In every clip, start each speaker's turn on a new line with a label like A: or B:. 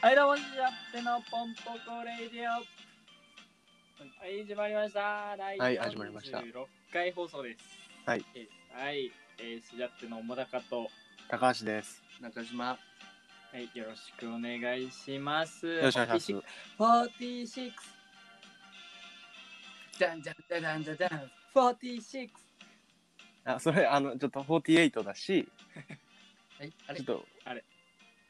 A: はい、どうも、ジャッペのポンポコレイディオ。はい、始まりました。第
B: はい始まりました
A: 46回放送です。
B: はい
A: えー。はい、えー、スジャッペのもだかと、
B: 高橋です。中島。
A: はい、よろしくお願いします。
B: よろしくお願いし
A: 46
B: ま。
A: 46、
C: じゃんじゃんじゃんじゃんじゃんじゃん。
A: 46。
B: す。あ、それ、あの、ちょっと48だし、
C: はい、あ
B: ちょ
C: れ
B: っと、
A: あれ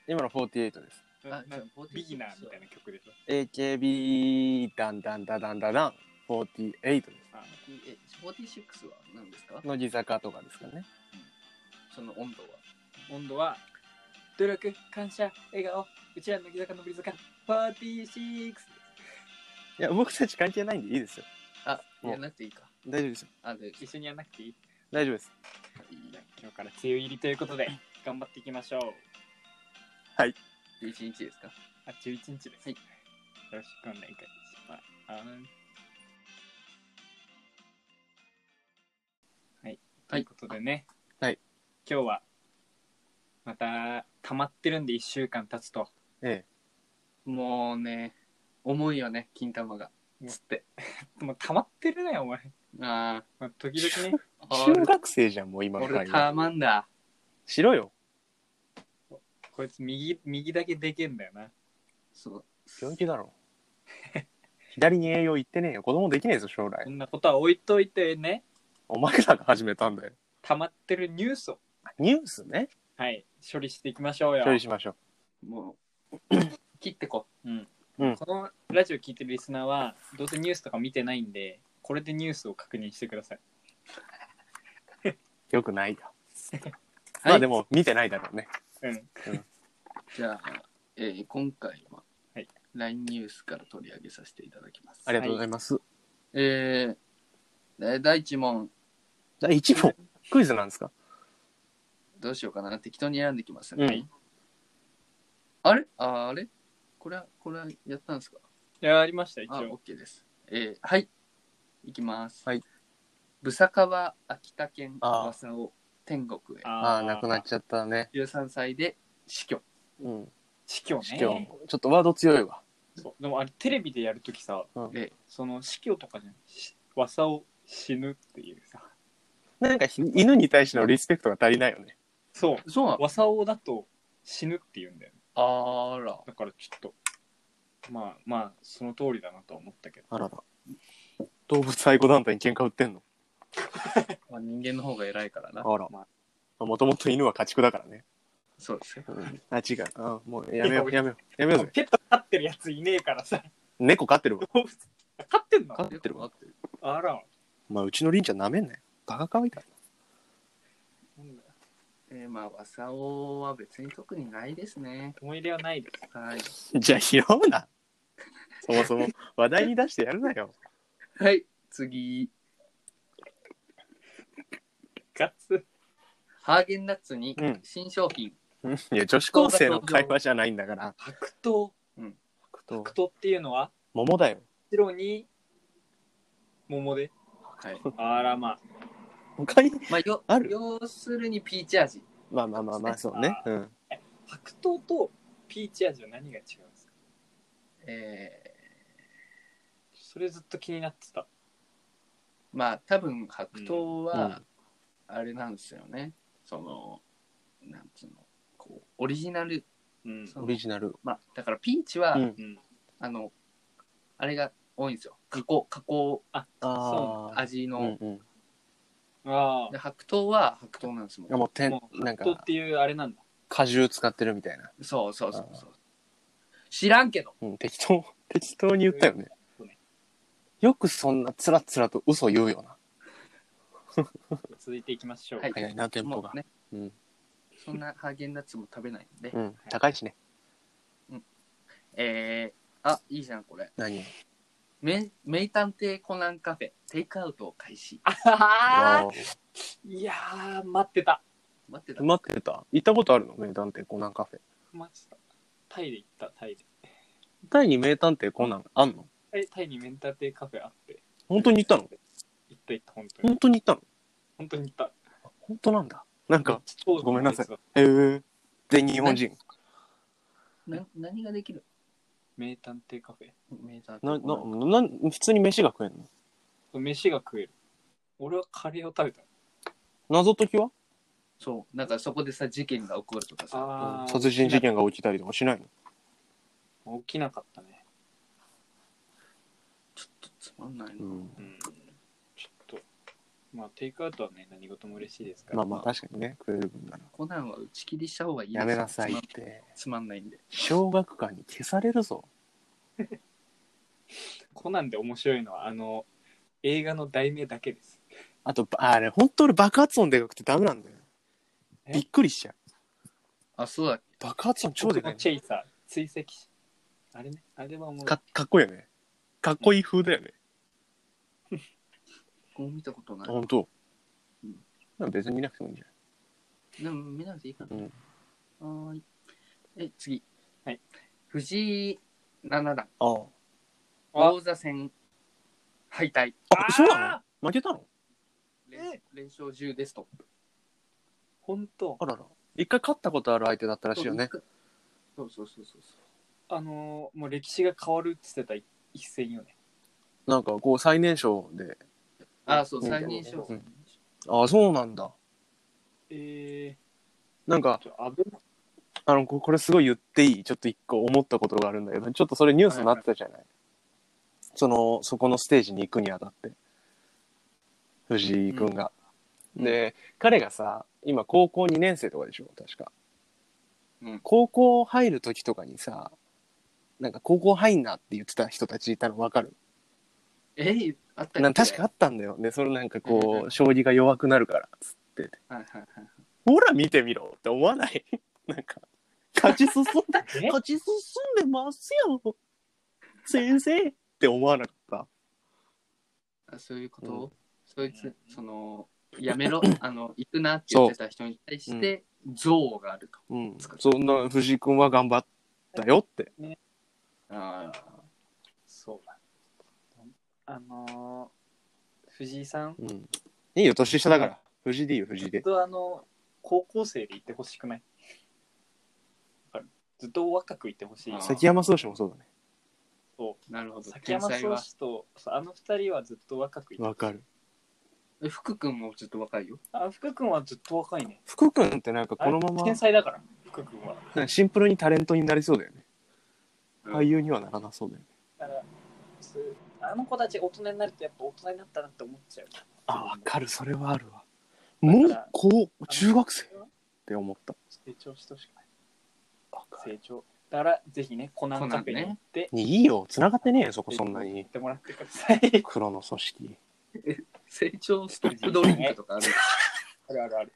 B: 今の48です。
C: あじゃあ46
A: ビギナーみたいな曲でしょ。
B: AKB、ダンダンダダンダダン、48で
A: あ
C: え、46は何ですか
B: す。乃木坂とかですかね。
C: その温度は。
A: 温度は、努力、感謝、笑顔、うちらの乃木坂のぶり坂、46。
B: いや、僕たち関係ないんでいいですよ。
C: あ、
B: もう
C: やらなくていいか。
B: 大丈夫ですよ。
C: あ、で、
A: 一緒にやらなくていい
B: 大丈夫です。
A: じゃあ今日から梅雨入りということで頑張っていきましょう
C: 11日ですか
A: あ11日です、
C: はい
A: よろしくお願いしますはいということでね、
B: はい
A: 今日はまた溜まってるんで1週間経つと
B: え
C: もうね、重いよね、金玉が。つって。
A: もう溜まってるねお前、
C: あ
A: まあ、時々ね
C: ー
B: え。
C: あ
B: 中
C: 俺、
B: 学生じゃん、もう今の
C: 俺
B: 会
C: た
B: 話。
C: まんだ。
B: しろよ。
A: こいつ右右だけでけんだよな
C: そう。
B: 病気だろ。 左に栄養いってねえよ。子供できねえぞ、将
A: こ
B: 来。
A: んなことは置いといてね
B: お前らが始めたんだよ。
A: 溜まってるニュースを
B: ニュースね。
A: はい処理していきましょうよ
B: 処理しましょう。
C: もう、 切ってこ。
A: このラジオ聞いてるリスナーはどうせニュースとか見てないんでこれでニュースを確認してください
B: よく ないよ。
C: はい
B: まあでも、見てないだろうね。
A: うん
C: じゃあ、えー今回は、
A: はい、
C: LINE ニュースから取り上げさせていただきます。
B: ありがとうございます。
C: えー、え第1問、
B: 第1問、クイズなんですか
C: どうしようかな。適当に選んできます
B: う
C: ね。
B: ん。
C: あれああれこれは、これはやったんですか
A: いやありました一
C: あ、
A: 応
C: OK です。えーはい。いきます。
B: はい。
C: ブサカは秋田県
B: あー
C: 噂を天国へ。
B: ああ、なくなっ
A: ちゃ
B: ちゃったね。
C: 13歳で死去。
B: うん。
A: 死去ね
B: 死去。ちょっとワード強いわ。
A: そうでもあれテレビでやるときさ
C: え
A: その死去とかじゃんしわさお死ぬっていうさ
B: なんかひ、犬に対してのリスペクトが足りないよね。
A: そう
C: そうなの
A: わさおだと死ぬっていうんだよね
C: あら。
A: だからちょっとまあまあその通りだなとは思ったけど
B: あらら。動物愛護団体に喧嘩売ってんの
C: まあ、人間の方が偉いからな。
B: あら
A: ま。
B: もともと犬は家畜だからね。
C: そうですよ。
B: あ、違う。あもうやめよう、やめよう。やめようぜ。
A: ペット飼ってるやついねえからさ
B: 猫飼ってるわ。
A: 動物飼ってんの
B: 飼ってるわ。
C: ってる。
A: あら
B: まあ、うちのりんちゃん舐めんなよ。バカ可愛いから。
A: なんだ
C: えー、まあ、わさおは別に特にないですね。
A: 思い入れはないです
C: はい。
B: じゃあ拾うな。そもそも話題に出してやるなよ。
C: はい。次。
A: ガツ
C: ハーゲンダッツに
B: うん
C: 新商品。
B: うんいや、女子高生の会話じゃないんだから。
A: 白桃
B: と
A: 白桃っていうのは
B: 桃だよ。
A: 白に桃で
C: はい。
A: あらまあ
B: 他に、
C: まあ、よ
B: ある
C: 要するにピーチ味。
B: まあまあまあまあ、そうね。うん。
A: 白桃とピーチ味は何が違うんですか
C: え
A: それずっと気になってた
C: ー、まあ、多分白桃は、
B: うん
C: あれなんですよねそのなんつうのこうオリジナル
A: うん
C: そ
B: オリジナル。
C: まあだからピーチは、
B: うん
A: うん
C: あのあれが多いんですよ加工加工
B: ああ。
C: 味の、
B: うんうん。
A: ああ
C: で白桃は白桃なんですも
B: あもう天
A: も、う
B: なん
A: 白桃
B: か
A: っ、ていうあれなんだ
B: 果汁使ってるみたいな。
C: んそうそうそうそう知らんけど
B: うん、適 当、適当に言ったよね
A: そうね。
B: よくそんなつらつらと嘘言うよな。
A: 続いていきましょう
C: はい
B: 早いな、テンポ
C: も
B: が
C: う。ね
B: うん。
C: そんなハーゲンダッツも食べないんで、
B: うん。高いしね。
C: えー、あいいじゃんこれ
B: 何
C: 名「名探偵コナンカフェテイクアウトを開始
A: あはは
B: わ
A: いやー待ってた」
C: 待ってた
B: お待ってた。行ったことあるの名探偵コナンカフェ。
A: 待ってたタイで行ったタイで
B: 第二名探偵コナンあんの
A: タイタイにメンタテカフェあって
B: 本当に行ったの
A: 行った行った本当に
B: 本当に行ったの
A: 本当に行った
B: 本当なんだ。なんか、
A: 超
B: ごめんなさい
A: い
B: へえ全日本人。
C: な何ができる
A: 名探偵カフェ
C: メーター
B: な、な、な、普通に飯が食えんの
A: 飯が食える俺はカレーを食べた
B: 謎解きは
C: そう、なんかそこでさ、事件が起こるとかさ、
A: あ
B: 殺人事件が起きたりとかしないの
A: 起きなかったね
C: ちょっとつまんないな。
B: うん。
A: うんちょっとまあテイクアウトはね何事も嬉しいですから
B: まあまあ確かにね、食える分なら。
C: コナンは打ち切りした方がいいです
B: やめなさい
C: つま
B: っ
C: ん
B: て。
C: つまんないんで。
B: 小学館に消されるぞ。
A: コナンで面白いのはあの映画の題名だけです
B: あと、ばあれ、本当俺爆発音でかくてダメなんだよ。
A: え
B: びっくりしちゃう。
C: あ、そうだっけ
B: 爆発音超でか
A: 僕
B: い
A: の。チェイサー追跡しあれねあれはもう
B: かかっこいいよね。かっこいい風だよね。
C: こう見たことない。
B: 本当
C: うん。
B: まあ別に見なくてもいいんじゃない
C: でも見なくていいかな。
B: うん
C: はーい。え、次。
A: はい。
C: 藤井七段、
B: あ
A: あ
C: 王座戦敗退。
B: あ。あ、そうなの負けたの
C: 連連勝中ですと。
A: 本当
B: あらら。一回勝ったことある相手だったらしいよね。
C: そうそうそうそうそう。
A: あのーもう歴史が変わるって言ってた一戦よね
B: なんかこう最年少で。
C: あ、そう、
B: うん
C: 最年少。
B: うんああ、そうなんだ。
A: え
B: なんか
A: ー、ち、ょっと危ない
B: あの、ここれすごい言っていいちょっと一個思ったことがあるんだけど、ちょっとそれニュースになってたじゃない、その、そこのステージに行くにあたって。藤井くんが。
C: うん
B: で、彼がさ、今高校2年生とかでしょ確か。
C: うん
B: 高校入る時とかにさ、なんか高校入んなって言ってた人たちいたのわかる
C: え、あったっけ
B: なん確かあったんだよね。そのなんかこ
C: うん
B: う、将棋が弱くなるから、つって。
C: はいはいはい。
B: ほら見てみろって思わない なんか、勝ち進んで
A: え
B: 勝ち進んでますよ先生って思わなかった
C: あそういうこと、
B: うん
C: そいうつ
A: ん、
C: その、やめろ、あの、行くなって言ってた人に対して、憎悪があると。
B: うんそんな藤井君は頑張ったよって
C: ああ、
A: そうだあのー藤井さん
B: うんいいよ年下だから藤井でいいよ藤井
A: ずっ
B: で
A: とあの高校生でいてほしくないわかるずっと若くいてほしい
C: あー
B: 崎山壮志もそうだね
A: そう
C: なるほど。
A: 崎
C: 天
A: 山
C: 才
A: 壮
C: は。
A: 志とそうあの二人はずっと若くいて
B: わかる
C: え、福君もちょっと若いよ。
A: あ福君はずっと若いね
B: 福君ってなんかこのま
A: あれ天
B: ま
A: 才だから福君は
B: シンプルにタレントになりそうだよね
C: うん
B: 俳優にはならなそうだよね
A: だからそうあの子たち大人になるとやっぱ大人になったなって思っちゃう
B: あわかるそれはあるわもうこう中学生って思った
A: 成長してほしくない成長だからぜひねコナンカフェに行って、
B: いいよ繋がってねえよそこそんな
A: 行
B: に
A: ってもらってください
B: 黒の組織
C: 成長ストップドリンクとかある。
A: あるあるある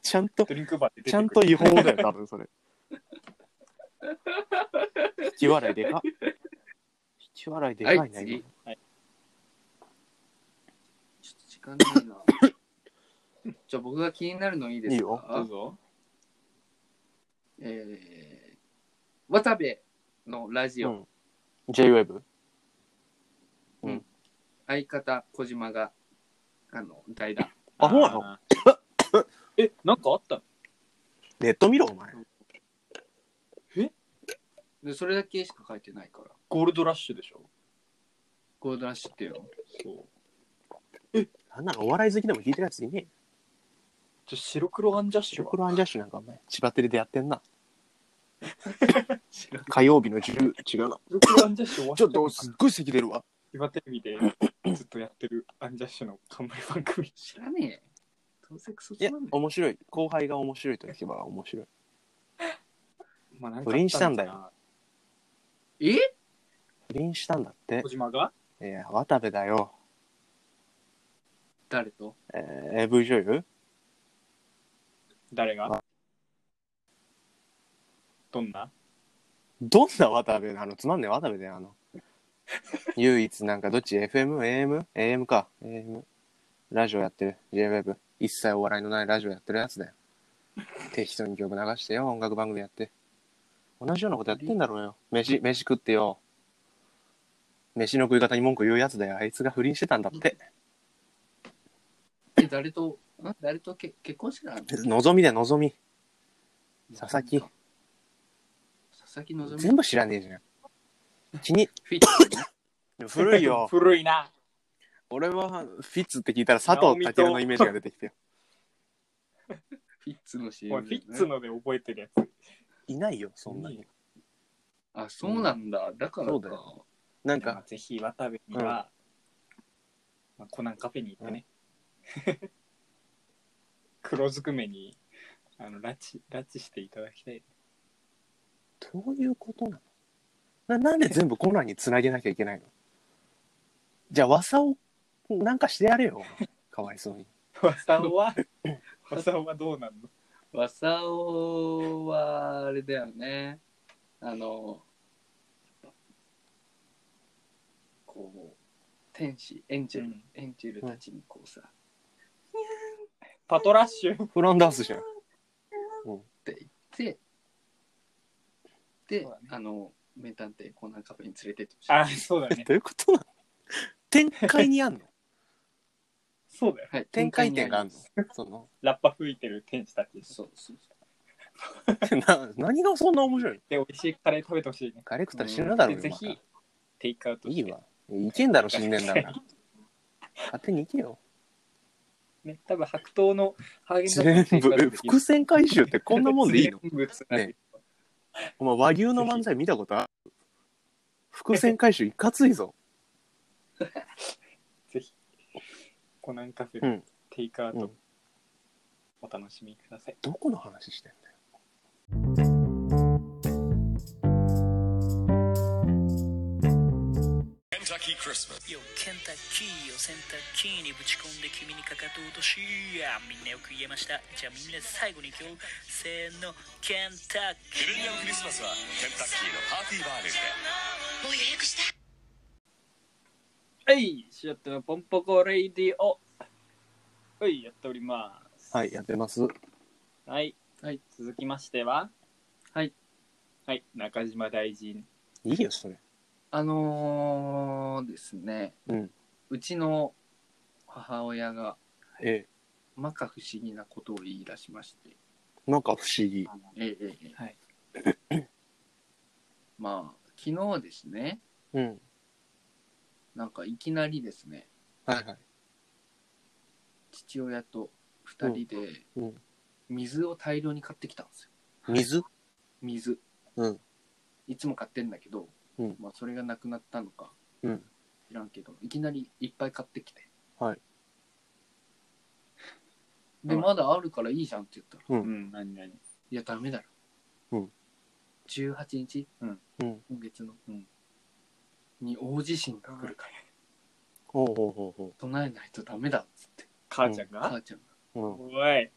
B: ちゃんと
A: ドリンクバーで出てくる
B: ちゃんと違法だよ、多分それ。引き笑いでかっ。引き笑いでかい
C: は、、
B: ない今
C: 次。ちょ
A: は
C: っ
A: い
C: と時間ないな。じゃあ僕が気になるのいいですか
B: いいよ
A: どうぞ
C: えー、渡部のラジオ、
B: うん J-Wave?
C: 相方小島が、あの、代打。
B: あそうなの
A: あーえなんかあったの
B: ネット見ろ、お前。
C: で、それだけしか書いてないから。
A: ゴールドラッシュでしょ
C: ゴールドラッシュってよ。
A: そう
B: なんなのお笑い好きでも聞いてるやついねえ。
A: じゃあ白黒アンジャッシュ
B: 白
A: は
B: 黒アンジャッシュなんかお前、千葉テレでやってんな。火曜日の10、違うな。
A: 白黒アンジャッシュ終わ
B: ちょっと、すっごい咳出るわ。
A: 今テレビ でずっとやってるアンジャッシュの冠番組
C: 知らねえ。どうせクソ
B: い
C: つ
B: や
C: まんね、
B: 面白い。後輩が面白いと聞けば面白い。
A: まあなんかあったのかな
B: 不倫したんだよ
C: え。え
B: 不倫したんだって
A: 小。島が
B: いや、渡部だよ。
C: 誰と
B: えー、AV 女優
A: 誰がどんな
B: どんな渡部なのつまんねえ渡部だよ、あ の。唯一なんかどっち ?FM?AM?AM か。AM。ラジオやってる。JWEB。一切お笑いのないラジオやってるやつ だよ。適当に曲流してよ、音楽番組やって。同じようなことやってんだろうよ。飯、飯食ってよ。飯の食い方に文句言うやつだよ。あいつが不倫してたんだって。
C: え、誰と、ん誰とけ結婚してたの
B: 望みだよ、望み。佐々木
C: 佐草木のぞみ
B: 全部知らねえじゃん。気に、
C: フィットね
B: 古いよ。
A: 古いな。
B: 俺はフィッツって聞いたら佐藤健のイメージが出てきてよ。
C: フィッツの CM
A: おいフィッツので覚えてるやつ。
B: いないよ、そんなに。
C: あそうなんだ、だからか
B: そうだよなん
A: まあ
B: か、
A: ぜひ渡部には、まあ、コナンカフェに行ってね、 黒ずくめにあの拉致拉致していただきたい
B: どういうことなのななんで全部コナンにつなげなきゃいけないのじゃあ、わさをなんかしてや れよ。かわいそうに。
A: 和さん は和さんはどうなんの
C: わさおはあれだよねあのこう天使エンジェル、
A: うん
C: エンジェルたちにこうさ、
A: パトラッシュ
B: フランダースじゃん。
C: でで、
A: そうだね
C: あの名探偵コナンカフェに連れてってほしい
A: あそうだね
B: どういうことなの展開にあ んの
A: そうだよ
C: はい、
B: 展開点があ
C: る
B: んのその
A: ラッパ吹いてる天使たち
C: そうそうそう
B: な何がそんな面白いの
A: で美味しいカレー食べてほしいね
B: ガレクタ死ぬだろ
A: で
B: うよ
A: ぜ
B: また
A: ひテイクアウト
B: い
A: して
B: いわいけんだろ死んでん だから勝手に行けよ
A: ね多分白桃のハーゲンダ
B: 全
A: ッツのテイク
B: 部
A: アウ
B: え
A: トできる
B: 伏線回収ってこんなもんでいいの
A: 全部つなげる
B: お前和牛の漫才見たことある伏線回収いかついぞ
A: ぜひコナンカフェ
B: う
A: の
B: ん
A: テイクアウ
B: う
A: ト
B: ん
A: お楽しみください、
B: どこの話してんだよ
D: ケンタッキーを洗濯機にぶち込んで君にかかと落としやみんなよく言えましたじゃあみんなで最後に今日せーのケンタッキー
E: キルニアンクリスマスはケンタッキーのパーティーバーレルで
A: はい、シアトルのポンポコレイディオ。はい、やっております。
B: はいやってます
A: はい。
C: はい
A: 続きましては、
C: はい。
A: はい、中島大臣。
B: いいよそれ
C: あのー、ですね、
B: うん
C: うちの母親が
B: え
C: 摩訶不思議なことを言い出しまして、
B: えなんか不思議
C: えええええ
A: は
C: え
A: い。
C: まあ昨日ですね
B: うん
C: なんかいきなりですね
B: はいはい
C: 父親と2人で
B: うんうん
C: 水を大量に買ってきたんですよ
B: 水
C: 水、
B: うん
C: いつも買ってんだけど、
B: うん
C: まあ、それがなくなったのか
B: うん
C: 知らんけどいきなりいっぱい買ってきて
B: はい
C: で、
A: うん
C: まだあるからいいじゃんって言ったら
B: うん
A: うん、何々。
C: いやダメだろ、
B: うん
C: 18日、
A: うん
B: うん
C: 今月の、
A: うん
C: に大地震が来るから
B: ほうほうほう
C: 備えないとダメだっつって
A: 母ちゃんが、
C: 母ちゃん
B: ほう、
A: おい。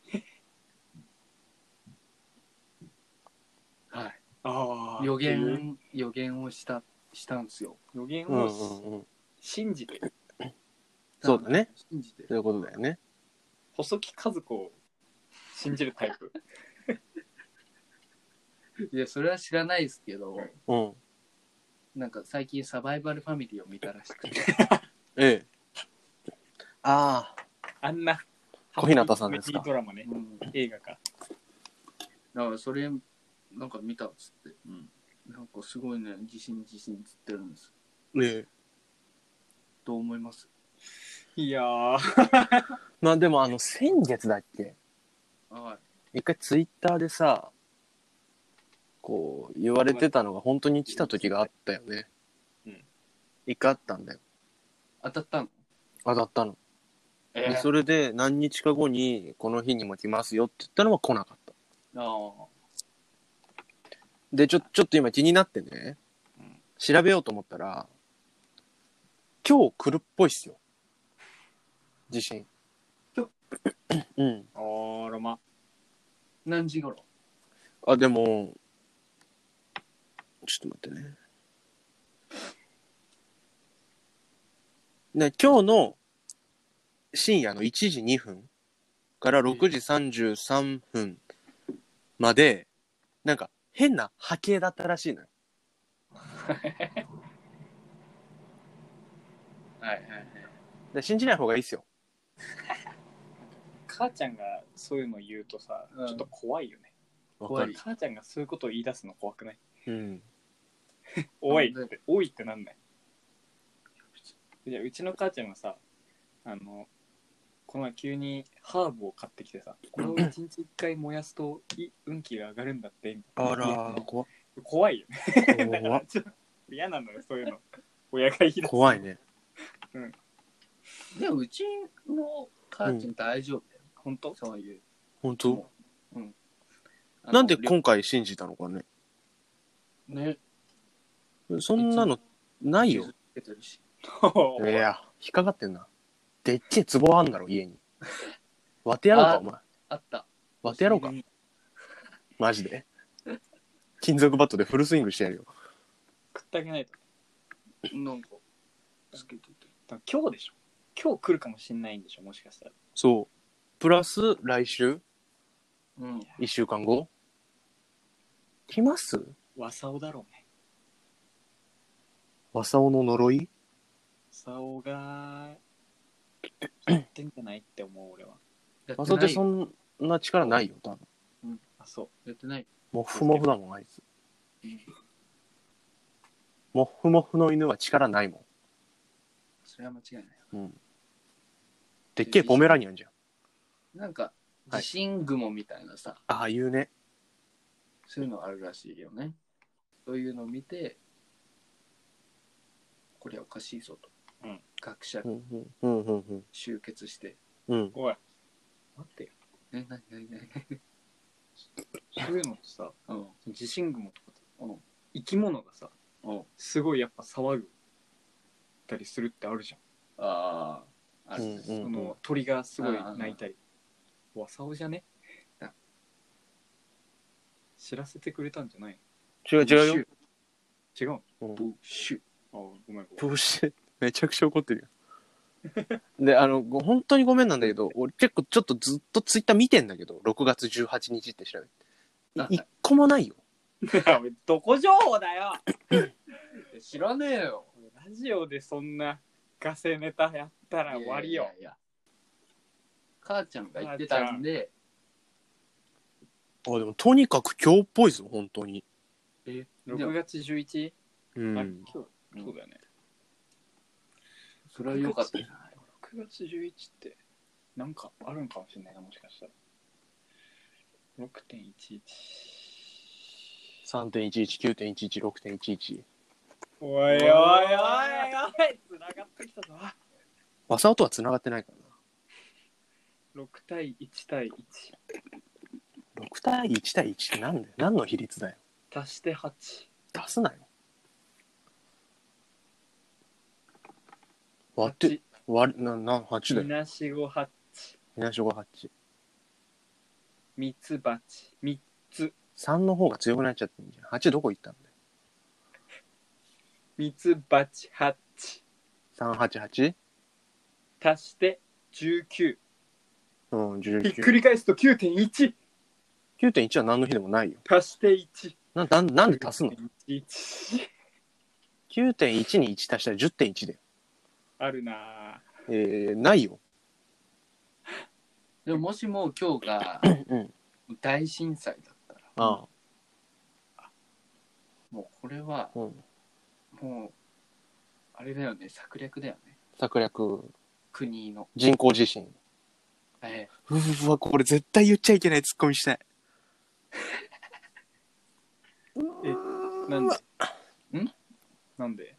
C: が、はい、
A: あ
C: 予。言予言をしたしたんですよ
A: 予言
B: うん、う
A: を
B: んうんうん
A: 信じて、
B: そうだね
C: 信じて
B: そういうことだよね
A: 細木和子を信じるタイプ。
C: いやそれは知らないですけど
B: うん
C: なんか最近サバイバルファミリーを見たらしく て
B: ええ。ああ。
A: あんな、
B: 小日向さんですか
A: ハッピードラマね
C: う。んだ
A: 映画か。
C: からそれなんか見たっつって、なんかすごいね地震地震っつってるんです
B: ええ。
C: どう思います
A: いやー。
B: まあでもあの、先月だっけ
C: は
B: 一回ツイッターでさ、こう、言われてたのが本当に来た時があったよね。
A: うん。
B: 一回あったんだよ。
C: い当たったの
B: 当たったの。
C: え
B: でそれで何日か後に、この日にも来ますよって言ったのは来なかった。
C: あ
B: で、ちょ、ちょっと今気になってね
A: ん、
B: 調べようと思ったら、今日来るっぽいっすよ。地震う
C: 今。
B: ん。
A: おーロマ。
C: 何時頃
B: あ、でも、ちょっと待ってね。ね、今日の深夜の1時2分から6時33分まで、なんか変な波形だったらしいのよ。
C: はいはいはい
B: で信じない方がいいっすよ。
A: 母ちゃんがそういうの言うとさ、
C: うん
A: ちょっと怖いよね。
B: わ
C: 怖
B: か
C: い
B: る。
A: 母ちゃんがそういうことを言い出すの怖くない
B: うん。
A: おい
C: なん
A: っ
C: で
A: て、おいってなんない。いや、うちの母ちゃんはさ、あの、この前急にハーブを買ってきてさ、これを一日一回燃やすとい運気が上がるんだって、みたいな。
B: ー、怖っ
A: 怖いよね。だか
B: 怖
A: ら
B: っ
A: ちょっと嫌なのよ、そういうの。親が言い出す
B: 怖いね。
C: でもうちの母ちゃん大丈夫だよ、
A: 本当
C: そういう。
B: 本当
C: あの
B: なんで今回信じたのかね。
C: ね、
B: そんなの、ないよ
C: 傷。つけてるし。
B: いや、引っかかってんな。でっちい壺あんだろ、家に。 割ってやろうか、
C: あ
B: お前。
C: あった。
B: 割ってやろうか。マジで。金属バットでフルスイングしてやるよ。
A: 食ってあげないと。
C: なんか、つけてて。
A: だから今日でしょ今日来るかもしんないんでしょもしかしたら。
B: そう。プラス、来週、
C: うん。
B: 1週間後。来ます
A: わさおだろうね。
B: わさおの呪い
A: さおが、やってんじゃないって思う俺は。
C: や
B: わ
C: っ
B: さ
C: て
B: おって
C: ない
B: そ。んな力ないよ、多分。
A: あ、そう。
C: やってない。
B: もふもふだもん、あいつ。もふもふの犬は力ないも
C: それは間違いない。
B: ん。うん。でっけえポメラニアンじゃん。
C: なんか、
B: はい
C: 地震雲みたいなさ、
B: ああ、言うね。
C: そういうのあるらしいよね。そういうのを見て、これはおかしいぞと。
A: うん
C: 学者
B: うん、うん、うん、うん
C: 集結して、
B: うん。うん。
A: おい、待ってよ。
C: え、なになになに
A: そういうのってさ、
C: うん。
A: 地震雲とかって
C: うん
A: 生き物がさ、
C: うん。
A: すごいやっぱ騒ぐたりするってあるじ
C: ああ、あるね、
B: う
A: ゃ
B: ん
A: ん。
B: うん
A: その鳥がすごい鳴いたり。わさおじゃね
C: あ
A: 知らせてくれたんじゃない
B: 違う違うよ。
A: 違うの
B: うん
C: ブッシュ。
A: あ、ごめんごめん。
B: どうして、めちゃくちゃ怒ってるよ。で、あの、ご本当にごめんなんだけど、俺結構ちょっとずっとツイッター見てんだけど、6月18日って調べ
C: あ
B: て。い一個もないよ。
A: どこ情報だよ
C: 知らねえよ。
A: ラジオでそんなガセネタやったら終わり
C: い
A: よ
C: や。いやいや。母ちゃんが言ってたんで、
B: あ、でもとにかく今日っぽいぞ、本当に。
C: え、で
A: 6
C: も
A: 月 11?
B: う
A: あれ
B: ん
A: 今。日、そうだよね。
C: それは良かったじゃない。
A: 6月11ってなんかあるんかもしれないなもしかしたら6.11
B: 3.11、9.11、6.11。
A: おいおいおいおいつながってきたぞ
B: マサオとは繋がってないから
A: 6対1対
B: な。6対1対1ってなんだよ。何の比率だよ。
A: 1足して8
B: 出すなよ。割って、割る、な、な、8だ
A: み
B: よ。
A: なしご8
B: みなしご8。
A: ミツバチみ
B: 3の方が強くなっちゃってんじゃん。8どこ行ったん
A: ミツバチ8
B: だよ。388?
A: 足して19
B: うん、
A: ひっ
B: 19
A: く。り返すと9.1
B: 9.1は何の日でもないよ。
A: 足して1
B: な、なんなんで足すの
A: 1
B: ?9.1 に1足したら10.1だよ。
A: あるな
B: えー、ないよ。
C: でももしも今日が
B: うん。
C: 大震災だったら、
B: ああ。
C: もうこれは、
B: うん。
C: もう、あれだよね、策略だよね。
B: 策略、
C: 国の。
B: 人工地震。
C: え
B: うわ、これ絶対言っちゃいけないツッコミしたい。
A: ぁなんで
C: ん
A: なんで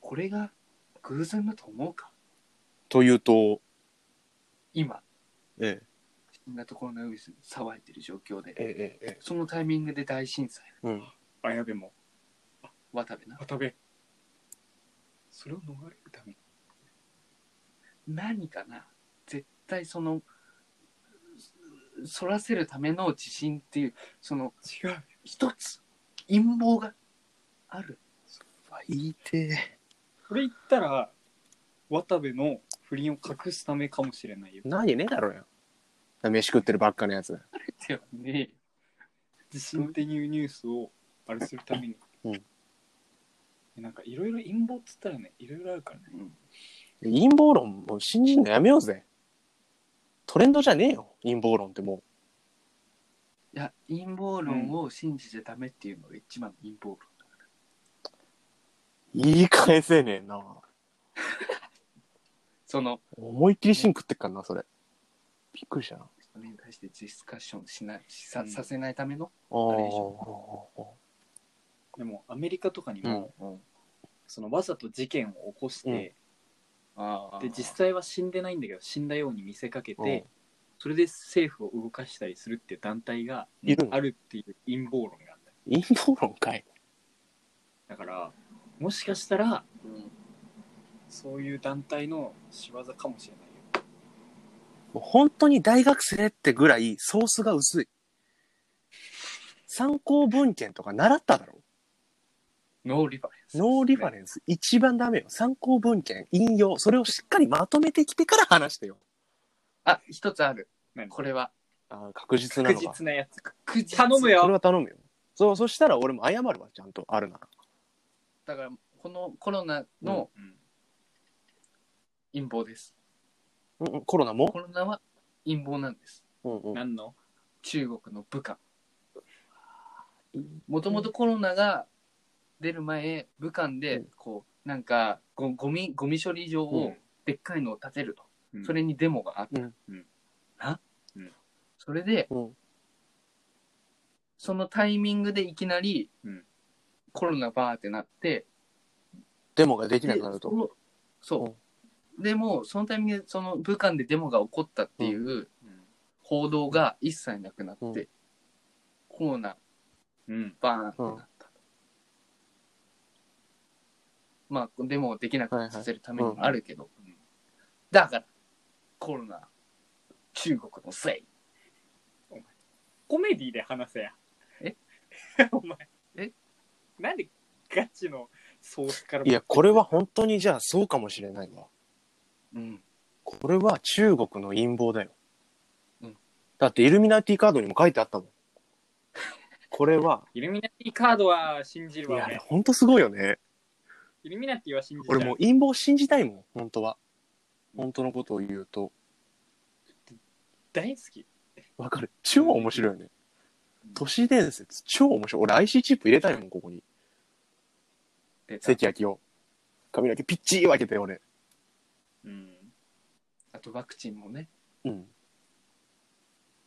C: これが偶然だと思うか
B: というと、
C: 今、
B: え
C: 新型コロナウイルスに騒いでる状況
B: え、え
C: で、
B: え、ええ、
C: そのタイミングで大震災、
B: うん。
A: あやべも
C: 渡部な。
A: 渡部それを逃れるために
C: 何かな絶対その、そらせるための地震っていう、その
A: 違う
C: 一つ陰謀がある。
B: 言いて
A: これ言ったら渡部の不倫を隠すためかもしれないよ
B: え。なわけねえだろよ。飯食ってるばっかのやつ。
C: ではね、
A: 地震っていうニュースをあれするために
B: うん
A: なんかいろいろ陰謀っつったらねいろいろあるからね
C: うん、
B: 陰謀論もう信じんのやめようぜ。トレンドじゃねえよ。陰謀論っても
C: いや陰謀論を信じちゃダメっていうのが一番の陰謀論だか
B: 言い返せねえな。
C: らその
B: 思いっきり芯食ってっからな、それ。びっくりしたな。
C: それに対してディスカッションしないしさ,、
A: うん
C: させないための、
B: あー
A: でもアメリカとかにも、
B: うん
A: そのわざと事件を起こして、
C: あー
A: で実際は死んでないんだけど死んだように見せかけて、
B: うん
A: それで政府を動かしたりするっていう団体が
B: いるの
A: あるっていう陰謀論があった
B: 陰謀論かい。
A: だからもしかしたら
C: うん
A: そういう団体の仕業かもしれないよ
B: もう本当に大学生ってぐらいソースが薄い。参考文献とか習っただろ
C: ノーリファレンス、
B: ノーリファレンス一番ダメよ。参考文献、引用、それをしっかりまとめてきてから話してよ。
C: あ一つある
A: 何
C: これは
B: あ確実な
A: 確
B: のか。
A: 実なやつ
C: 確実
A: 頼むよ
B: それは頼むよ。そう、そしたら俺も謝るわ、ちゃんと。あるなら。
C: だからこのコロナの
A: うん
C: 陰謀です、
B: うんうん、コロナも
C: コロナは陰謀なんです
B: うんうん。
A: 何の
C: 中国の武漢もともとコロナが出る前武漢
B: う
C: で
B: ん
C: こうなんかごゴミゴミ処理場
B: う
C: を
B: ん
C: でっかいのを建てると、
A: うん
C: それにデモがあった、
B: うん
A: うん
C: な
A: うん
C: それで
B: うん
C: そのタイミングでいきなり、
A: うん
C: コロナバーってなって
B: デモができなくなる
C: で
B: と。
C: そそう、でもそのタイミングでその武漢でデモが起こったっていう、
A: うん
C: 報道が一切なくなって、
B: うん
C: コロナ
A: うん
C: バーンってなった、まあでもできなくさせるためにもあるけど、
A: いはいうん
C: だからコロナ中国のせい
A: コメディで話せや
C: え
A: お前
C: え
A: なんでガチのソースから
B: いや、これは本当にじゃあそうかもしれないわ。
C: うん
B: これは中国の陰謀だよ。
C: うん
B: だってイルミナティカードにも書いてあったもん。これは、
A: イルミナティカードは信じる
B: い
A: わ
B: や、
A: 俺
B: ほんとすごいよね。
A: イルミナティは信じちゃう
B: 俺もう陰謀信じたいもん、本当は。本当のことを言うと。
A: 大好き
B: わかる。超面白いよね。都市伝説、超面白い。俺 IC チップ入れたいもん、ここに。
C: 出た
B: 関明を。髪の毛ピッチー分けて、俺。
A: うん
C: あとワクチンもね
B: うん。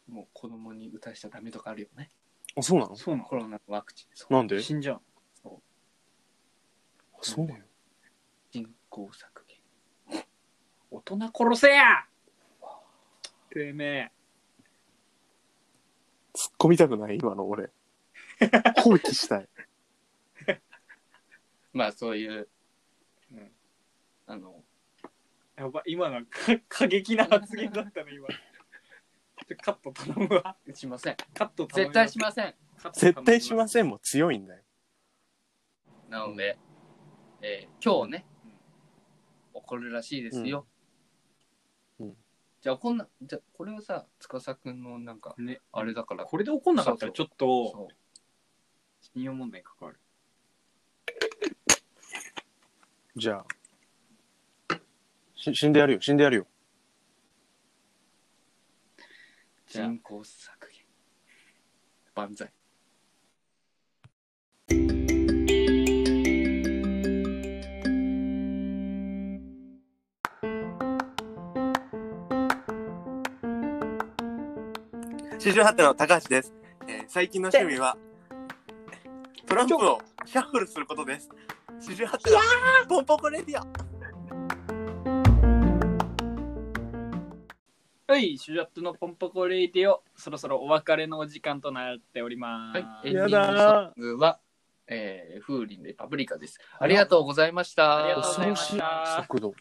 C: もう子供に打たしちゃダメとかあるよね
B: あ、そうなの
A: そうな
C: コロナのワクチンそう
B: なんで
A: の死んじゃう
B: そうなの
C: 人口削減
A: 大人殺せやてめえ
B: 突っ込みたくない今の俺。放棄したい。
C: まあそういう、
A: うん
C: あの
A: やば今のか 過激な発言だったね今ちょカット頼むわ
C: しません
A: カット頼む
C: 絶対しません
B: 絶対しま
A: せ
B: せんも強いんだよ。
C: なので、えー今日ね、起こるらしいです
B: う
C: よ。
B: んうん
C: じゃあ、こんな、じゃあこれはさ、司くんのなんか、
A: ね
C: あれだから、
A: これで怒んなかったらちょっと
C: そう
A: 信用問題に関わる
B: じゃあ。し死んでやるよ、死んでやるよ。
A: じゃあ
C: 人口削減。万歳。
B: 史上発展の高橋です、えー最近の趣味はトランプをシャッフルすることです史上発展のポンポコレディオ
A: はいシュジャットのポンポコレイディオそろそろお別れのお時間となっております、
C: はい、エンディ
B: や
C: ング
B: だ
C: ソングは、えー、風鈴でパプリカです。ありがとうございました。
A: ありがとうございました
B: 速度